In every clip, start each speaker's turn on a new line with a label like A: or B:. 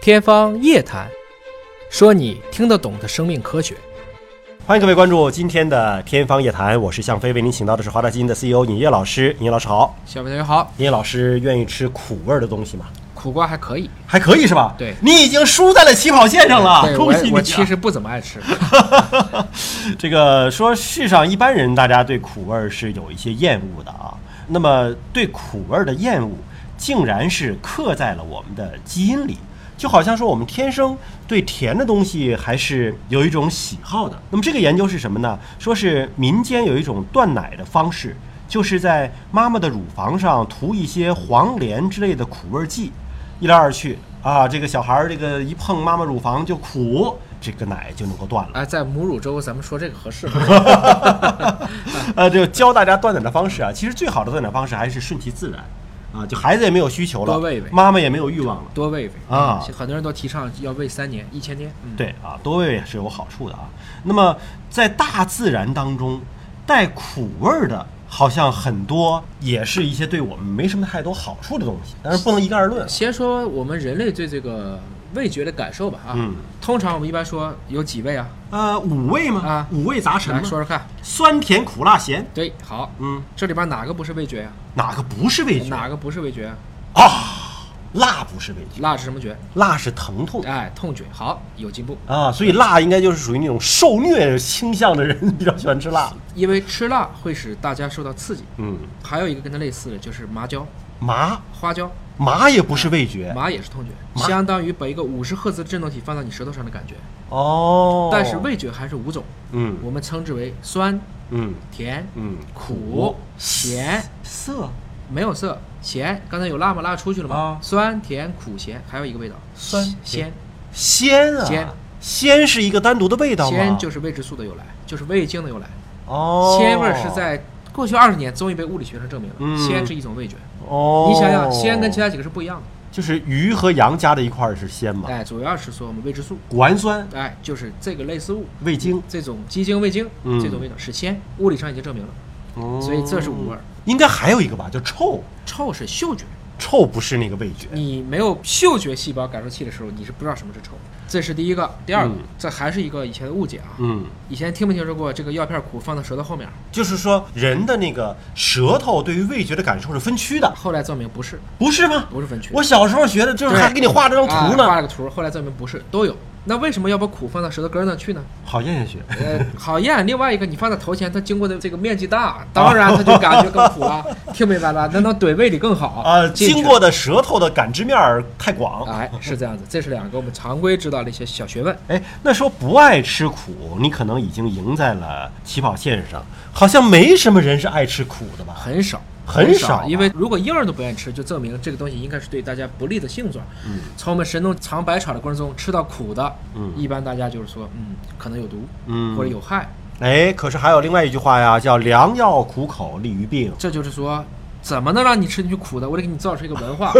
A: 天方夜谭，说你听得懂的生命科学。
B: 欢迎各位关注今天的《天方夜谭》，我是向飞，为您请到的是华大基因的 CEO 尹烨老师。尹烨老师好，
A: 小朋友好，
B: 尹烨老师愿意吃苦味儿的东西吗？
A: 苦瓜还可以。
B: 还可以是吧？
A: 对
B: 你已经输在了起跑线上了，
A: 对
B: 恭喜
A: 我
B: 你
A: 我
B: 啊！
A: 其实不怎么爱吃，
B: 这个说世上一般人大家对苦味儿是有一些厌恶的啊，那么对苦味儿的厌恶竟然是刻在了我们的基因里，就好像说我们天生对甜的东西还是有一种喜好的。那么这个研究是什么呢？说是民间有一种断奶的方式，就是在妈妈的乳房上涂一些黄连之类的苦味儿剂，一来二去啊，这个小孩儿这个一碰妈妈乳房就苦，这个奶就能够断了。
A: 哎，在母乳周咱们说这个合适 吗？嗯
B: 呃，就教大家断奶的方式啊。其实最好的断奶方式还是顺其自然啊，就孩子也没有需求了，
A: 多喂喂
B: 妈妈也没有欲望了。
A: 多喂喂嗯
B: 啊
A: 很多人都提倡要喂三年、一千天。嗯，
B: 对啊，多喂喂也是有好处的啊。那么在大自然当中，带苦味儿的，好像很多也是一些对我们没什么太多好处的东西，但是不能一概而论。啊
A: 先说我们人类对这个味觉的感受吧啊。
B: 嗯
A: 通常我们一般说有几味啊？
B: 呃，五味吗？
A: 啊
B: 五味杂陈
A: 来
B: 吗？
A: 说说看。
B: 酸甜苦辣咸，
A: 对，好，
B: 嗯，
A: 这里边哪个不是味觉呀、
B: 哪个不是味觉？啊
A: 哪个不是味觉啊？
B: 辣不是味觉，
A: 辣是什么觉？
B: 辣是疼痛。
A: 哎，痛觉。好，有进步。
B: 啊，所以辣应该就是属于那种受虐倾向的人比较喜欢吃辣。
A: 因为吃辣会使大家受到刺激。
B: 嗯，
A: 还有一个跟它类似的就是麻椒、
B: 麻
A: 花椒，
B: 麻也不是味觉
A: 麻也是痛觉，
B: 麻
A: 相当于把一个五十赫兹振动体放到你舌头上的感觉。
B: 哦，
A: 但是味觉还是五种，
B: 嗯
A: 我们称之为酸、
B: 嗯
A: 甜、
B: 嗯
A: 苦、咸，
B: 涩
A: 没有涩，咸。刚才有辣吗？辣出去了吗？
B: 啊
A: 酸、甜、苦、咸，还有一个味道，
B: 酸
A: 鲜。
B: 鲜啊
A: 鲜
B: 鲜是一个单独的味道吗？
A: 鲜就是味质素的由来，就是味精的由来。
B: 啊哦，
A: 鲜味儿是在过去二十年终于被物理学上证明了，
B: 嗯
A: 鲜是一种味觉。
B: 哦，
A: 你想想，鲜跟其他几个是不一样的。
B: 就是鱼和羊加在一块儿是鲜嘛？
A: 哎，主要是说我们味质素，
B: 谷氨酸、
A: 哎，就是这个类似物，
B: 味精，
A: 这种鸡精、味精，
B: 嗯
A: 这种味道是鲜，物理上已经证明了。所以这是五味儿
B: 嗯应该还有一个吧，叫臭，
A: 臭是嗅觉，
B: 臭不是那个味觉。
A: 你没有嗅觉细胞感受器的时候，你是不知道什么是臭的。这是第一个，第二个，
B: 嗯
A: 这还是一个以前的误解啊。
B: 嗯，
A: 以前听没听说过这个药片苦放到舌头后面？
B: 就是说人的那个舌头对于味觉的感受是分区的，
A: 后来证明不是，
B: 不是吗？
A: 不是分区。
B: 我小时候学的就是
A: 对
B: 还给你画这张
A: 啊画
B: 图呢，
A: 了个图，后来证明不是，都有。那为什么要把苦放到舌头根儿上去呢？
B: 好咽下去。
A: 呃， 考验另外一个，你放在头前，它经过的这个面积大，当然它就感觉更苦了。听明白了？那能怼胃里更好
B: 啊，
A: 进去
B: 经过的舌头的感知面儿太广。
A: 哎，是这样子，这是两个我们常规知道的一些小学问。
B: 哎，那说不爱吃苦，你可能已经赢在了起跑线上，好像没什么人是爱吃苦的吧？
A: 很少，
B: 很
A: 很
B: 少啊
A: 因为如果婴儿都不愿意吃，就证明这个东西应该是对大家不利的性状。嗯，从我们神农尝百草的过程中吃到苦的，
B: 嗯
A: 一般大家就是说，嗯，可能有毒，
B: 嗯
A: 或者有害。
B: 哎，可是还有另外一句话呀，叫“良药苦口利于病
A: 这就是说，怎么能让你吃进去苦的？我得给你造出一个文 化，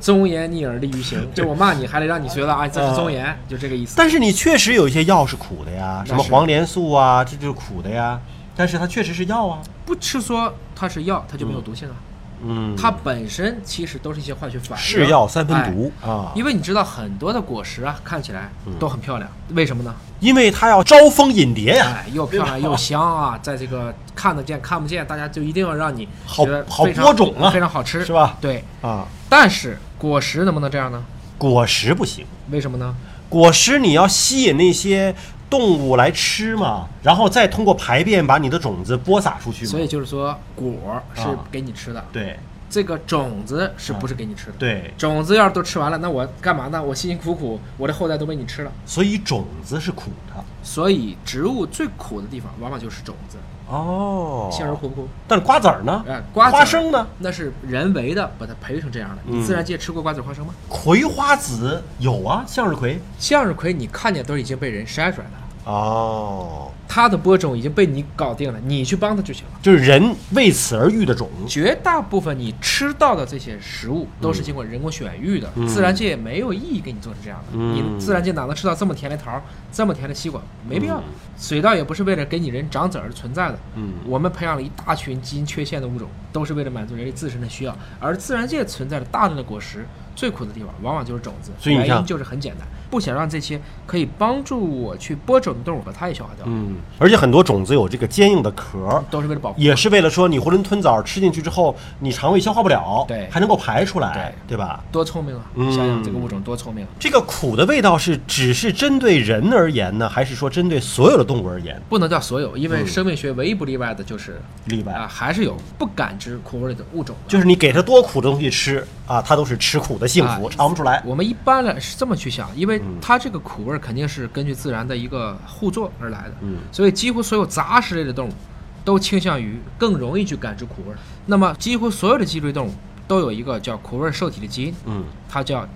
A: 忠言逆耳利于行。就我骂你，还得让你觉得啊，这是忠言，就这个意”，思。
B: 但是你确实有一些药是苦的呀，什么
A: 那是
B: 黄连素啊，这就是苦的呀。但是它确实是药啊，
A: 不吃说它是药，它就没有毒性啊。
B: 嗯，
A: 它本身其实都是一些化学反应。
B: 是药三分
A: 哎
B: 毒啊，
A: 因为你知道很多的果实啊，看起来
B: 嗯
A: 都很漂亮，为什么呢？
B: 因为它要招蜂引蝶呀。
A: 哎，又漂亮又香啊，在这个看得见看不见，大家就一定要让你
B: 好
A: 觉得
B: 好
A: 非常
B: 播种啊
A: 非常好吃，
B: 是吧
A: 对，
B: 啊，
A: 但是果实能不能这样呢？
B: 果实不行，
A: 为什么呢？
B: 果实你要吸引那些动物来吃嘛，然后再通过排便把你的种子播撒出去嘛。
A: 所以就是说，果是
B: 啊
A: 给你吃的，
B: 对
A: 这个种子是不是给你吃的？，
B: 对，
A: 种子要是都吃完了，那我干嘛呢？我辛辛苦苦，我的后代都被你吃了。
B: 所以种子是苦的。
A: 所以植物最苦的地方，往往就是种子。
B: 哦
A: 杏仁苦不苦？
B: 但是瓜子儿呢？
A: 哎，瓜子儿
B: 花生呢？
A: 那是人为的把它培育成这样的。你自然界吃过瓜子花生吗？
B: 葵花籽有啊，向日葵。
A: 向日葵你看见都已经被人筛出来了。
B: 哦，
A: 它的播种已经被你搞定了，你去帮它就行了。
B: 就是人为此而育的种。
A: 绝大部分你吃到的这些食物都是经过人工选育的，
B: 嗯
A: 自然界没有意义给你做成这样的。
B: 嗯
A: 你自然界哪能吃到这么甜的桃儿，这么甜的西瓜？没必要。
B: 嗯
A: 水稻也不是为了给你人长籽而存在的。
B: 嗯
A: 我们培养了一大群基因缺陷的物种，都是为了满足人类自身的需要，而自然界存在着大量的果实，最苦的地方往往就是种子，
B: 所以你
A: 原
B: 像
A: 因就是很简单，不想让这些可以帮助我去播种的动物把它也消化掉，
B: 嗯，而且很多种子有这个坚硬的壳儿，
A: 都是为了保护。
B: 也是为了说你囫囵吞枣吃进去之后，你肠胃消化不了，
A: 对
B: 还能够排出来，对吧？
A: 多聪明啊！
B: 嗯
A: 想想这个物种多聪明啊！
B: 这个苦的味道是只是针对人而言呢，还是说针对所有的动物而言？
A: 不能叫所有，因为生命学唯一不例外的就是
B: 例外
A: 啊，还是有不感知苦味的物种的。
B: 就是你给它多苦的东西吃啊，它都是吃苦的幸福，
A: 啊
B: 尝不出来。
A: 我们一般来是这么去想，因为它这个苦味儿肯定是根据自然的一个互作而来的，
B: 嗯
A: 所以几乎所有杂食类的动物都倾向于更容易去感知苦味儿。那么几乎所有的脊椎动物都有一个叫苦味儿受体的基因，
B: 嗯，
A: 它叫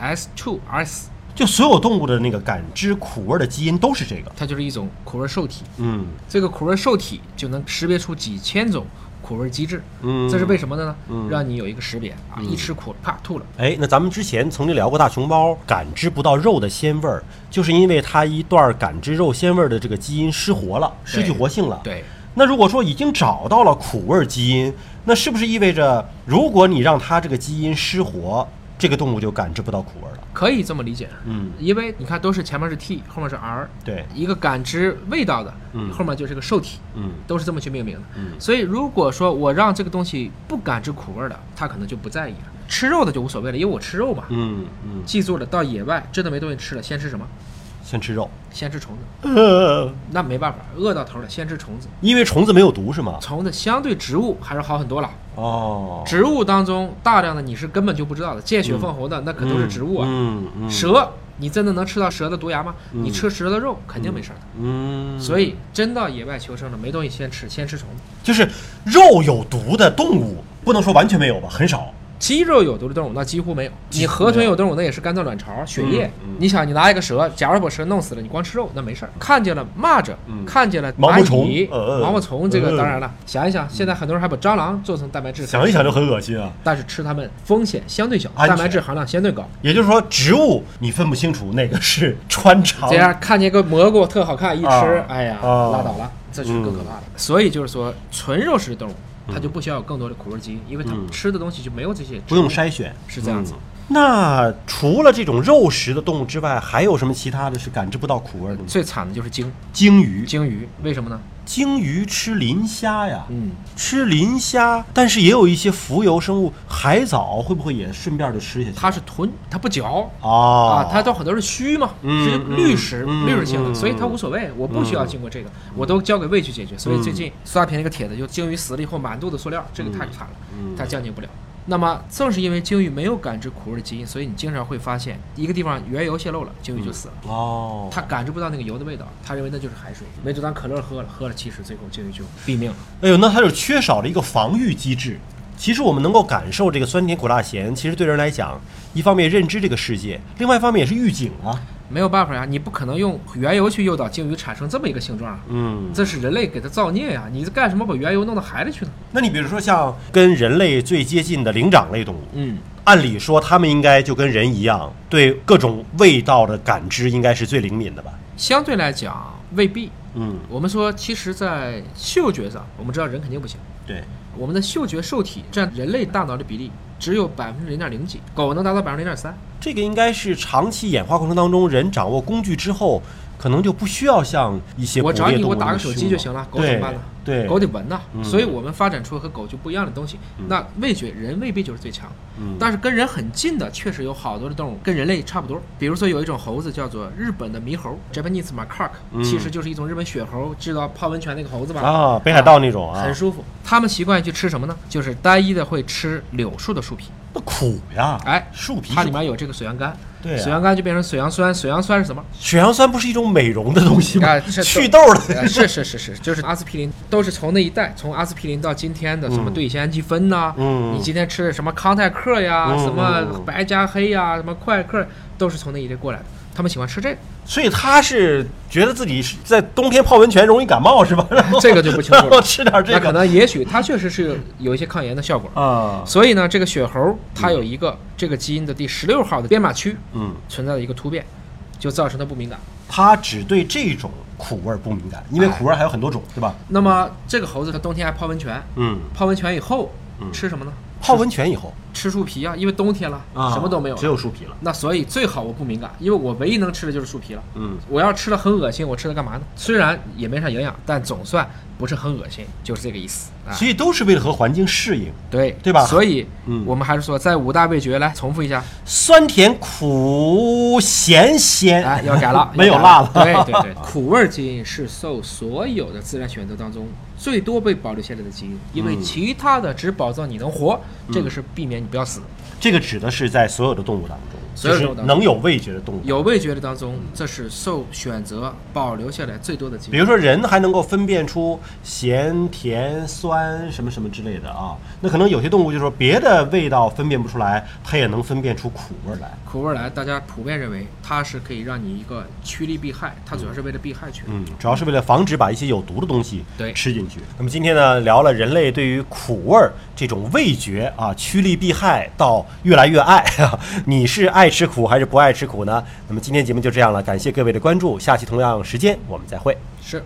A: TAS2S，
B: 就所有动物的那个感知苦味的基因都是这个。
A: 它就是一种苦味儿受体。
B: 嗯
A: 这个苦味受体就能识别出几千种苦味机制，
B: 嗯
A: 这是为什么的呢？
B: 嗯
A: 让你有一个识别啊，一吃苦啪吐了，
B: 哎，那咱们之前曾经聊过大熊猫感知不到肉的鲜味儿，就是因为它一段感知肉鲜味儿的这个基因失活了，失去活性了。
A: 对，
B: 那如果说已经找到了苦味儿基因，那是不是意味着如果你让它这个基因失活，这个动物就感知不到苦味儿了？
A: 可以这么理解，
B: 嗯，
A: 因为你看都是前面是 T，后面是 R，
B: 对，
A: 一个感知味道的，
B: 嗯
A: 后面就是个受体，
B: 嗯
A: 都是这么去命名的。
B: 嗯
A: 所以如果说我让这个东西不感知苦味的，它可能就不在意了。吃肉的就无所谓了，因为我吃肉嘛。
B: 嗯嗯，
A: 记住了，到野外真的没东西吃了，先吃什么？
B: 先吃肉。
A: 先吃虫子。
B: 呃，
A: 那没办法，饿到头了，先吃虫子。
B: 因为虫子没有毒是吗？
A: 虫子相对植物还是好很多了。
B: 哦，
A: 植物当中大量的你是根本就不知道的，见血凤凰的那可都是植物啊。
B: 嗯嗯，嗯，
A: 蛇，你真的能吃到蛇的毒牙吗？
B: 嗯
A: 你吃蛇的肉肯定没事儿的。
B: 嗯，
A: 所以真到野外求生了，没东西先吃，先吃虫子。
B: 就是肉有毒的动物，不能说完全没有吧，很少。
A: 鸡肉有毒的动物那几乎没有，
B: 几乎没
A: 你河
B: 有
A: 豚有动物那也是干燥卵巢、血液。
B: 嗯嗯
A: 你想，你拿一个蛇，假如把蛇弄死了，你光吃肉那没事儿。看见了蚂蚱，
B: 嗯
A: 看见了
B: 毛
A: 蚂
B: 毛虫
A: 蚁、
B: 呃
A: 毛毛虫，这
B: 呃
A: 个当然了。想一想，现在很多人还把蟑螂做成蛋白质，
B: 想一想就很恶心啊。
A: 但是吃它们风险相对小，
B: 安全
A: 蛋白质含量相对高。
B: 也就是说，植物你分不清楚哪个是穿肠
A: 这，样看见个蘑菇特好看，一吃，
B: 啊
A: 哎呀，
B: 啊
A: 拉倒了，这就是更可怕的。所以就是说，纯肉食动物它就不需要有更多的苦味基因，因为它
B: 嗯
A: 吃的东西就没有这些，
B: 不用，筛选，
A: 是这样子
B: 嗯。那除了这种肉食的动物之外，还有什么其他的是感知不到苦味的吗？
A: 最惨的就是鲸，
B: 鲸鱼，
A: 鲸鱼为什么呢？
B: 鲸鱼吃磷虾呀，
A: 嗯，
B: 吃磷虾，但是也有一些浮游生物，海藻会不会也顺便就吃下去？
A: 它是吞，它不嚼。
B: 啊
A: 啊，它都很多是须嘛，
B: 嗯
A: 是滤食、
B: 嗯
A: 滤食性
B: 嗯嗯
A: 的，所以它无所谓，我不需要经过这个，我都交给胃去解决。所以最近苏大平那个帖子，就鲸鱼死了以后满肚子塑料，这个太惨了
B: 嗯，
A: 它降解不了。那么正是因为鲸鱼没有感知苦味的基因，所以你经常会发现一个地方原油泄漏了，鲸鱼就死了。
B: 哦，
A: 它感知不到那个油的味道，它认为那就是海水，没准当可乐喝了，喝了其实最后鲸鱼就毙命了。
B: 哎呦，那它就缺少了一个防御机制。其实我们能够感受这个酸甜苦辣咸，其实对人来讲，一方面认知这个世界，另外一方面也是预警啊。
A: 没有办法呀，你不可能用原油去诱导鲸鱼产生这么一个性状啊，
B: 嗯，
A: 这是人类给它造孽呀！你干什么把原油弄到海里去呢？
B: 那你比如说像跟人类最接近的灵长类动物，
A: 嗯，
B: 按理说它们应该就跟人一样，对各种味道的感知应该是最灵敏的吧？
A: 相对来讲未必。
B: 嗯，
A: 我们说，其实，在嗅觉上，我们知道人肯定不行。
B: 对，
A: 我们的嗅觉受体占人类大脑的比例只有百分之零点零几，狗能达到百分之零点三。
B: 这个应该是长期演化过程当中，人掌握工具之后，可能就不需要像一些
A: 我
B: 捕
A: 找
B: 猎
A: 你，
B: 动物
A: 我
B: 那
A: 打
B: 么
A: 个手
B: 凶
A: 机就
B: 猛
A: 行了，狗怎么办呢？
B: 对，对
A: 狗得闻呐、
B: 嗯
A: 所以我们发展出和狗就不一样的东西。那味觉，人未必就是最强，
B: 嗯
A: 但是跟人很近的，确实有好多的动物跟人类差不多。比如说有一种猴子叫做日本的猕猴 （Japanese macaque），、
B: 嗯
A: 其实就是一种日本雪猴，知道泡温泉那个猴子吧？
B: 啊，北海道那种啊，
A: 很舒服。他们习惯去吃什么呢？就是单一的会吃柳树的树皮，
B: 那苦呀，
A: 哎
B: 树皮
A: 它
B: 是
A: 里面有这个水杨苷，
B: 对
A: 水
B: 啊，
A: 杨苷就变成水杨酸，水杨酸是什么？
B: 水杨酸不是一种美容的东西吗？
A: 啊是
B: 祛痘的，
A: 呃是是是是，就是阿司匹林都是从那一代，从阿司匹林到今天的什么对乙酰氨基酚呐、
B: 嗯
A: 你今天吃的什么康泰克呀，
B: 嗯
A: 什么
B: 嗯
A: 白加黑呀，什么快克，都是从那一代过来的。他们喜欢吃这个，
B: 所以他是觉得自己是在冬天泡温泉容易感冒是 吧？然后
A: 这个就哎不清楚
B: 然后
A: 了。
B: 吃哦 点这
A: 那可
B: 个
A: 能也许它确实是有有一些抗炎的效果，
B: 啊，
A: 所以呢，这个血猴它有一个这个基因的第十六号的编码区
B: 嗯，
A: 存在的一个突变，就造成它不敏感。
B: 他只对这种苦味儿不敏感，因为苦味儿还有很多种，对吧？
A: 那么这个猴子它冬天爱泡温泉，
B: 嗯，
A: 泡温泉以后吃什么呢？
B: 泡温泉以后
A: 吃树皮啊，因为冬天了，
B: 啊，
A: 什么都没有了
B: 只有树皮了。
A: 那所以最好我不敏感，因为我唯一能吃的就是树皮了。
B: 嗯，
A: 我要吃了很恶心，我吃它干嘛呢？虽然也没啥营养，但总算不是很恶心，就是这个意思啊。
B: 所以都是为了和环境适应。
A: 对
B: 对吧
A: 所以，
B: 嗯
A: 我们还是说，在五大味觉来重复一 下，
B: 酸甜苦咸鲜，，
A: 哎，要改了
B: 没有
A: 要改
B: 辣了。
A: 对对 对，苦味基因是受所有的自然选择当中最多被保留下来的基因，因为
B: 嗯
A: 其他的只保证你能活，这个是避免你不要死。
B: 这个指的是在所有的动物当中，
A: 所有的
B: 就是
A: 动物当中
B: 能有味觉的动物。
A: 有味觉的当中，这是受选择保留下来最多的基
B: 比
A: 因。
B: 如说人还能够分辨出咸、甜、酸什么什么之类的啊，那可能有些动物就是说别的味道分辨不出来，它也能分辨出苦味儿来。
A: 苦味儿来，大家普遍认为它是可以让你一个趋利避害，它主要是为了避害去的。
B: 嗯，主要是为了防止把一些有毒的东西
A: 对
B: 吃进去。那么今天呢，聊了人类对于苦味儿这种味觉啊，趋利避害到越来越爱 啊。你是爱吃苦还是不爱吃苦呢？那么今天节目就这样了，感谢各位的关注，下期同样时间我们再会。
A: 是。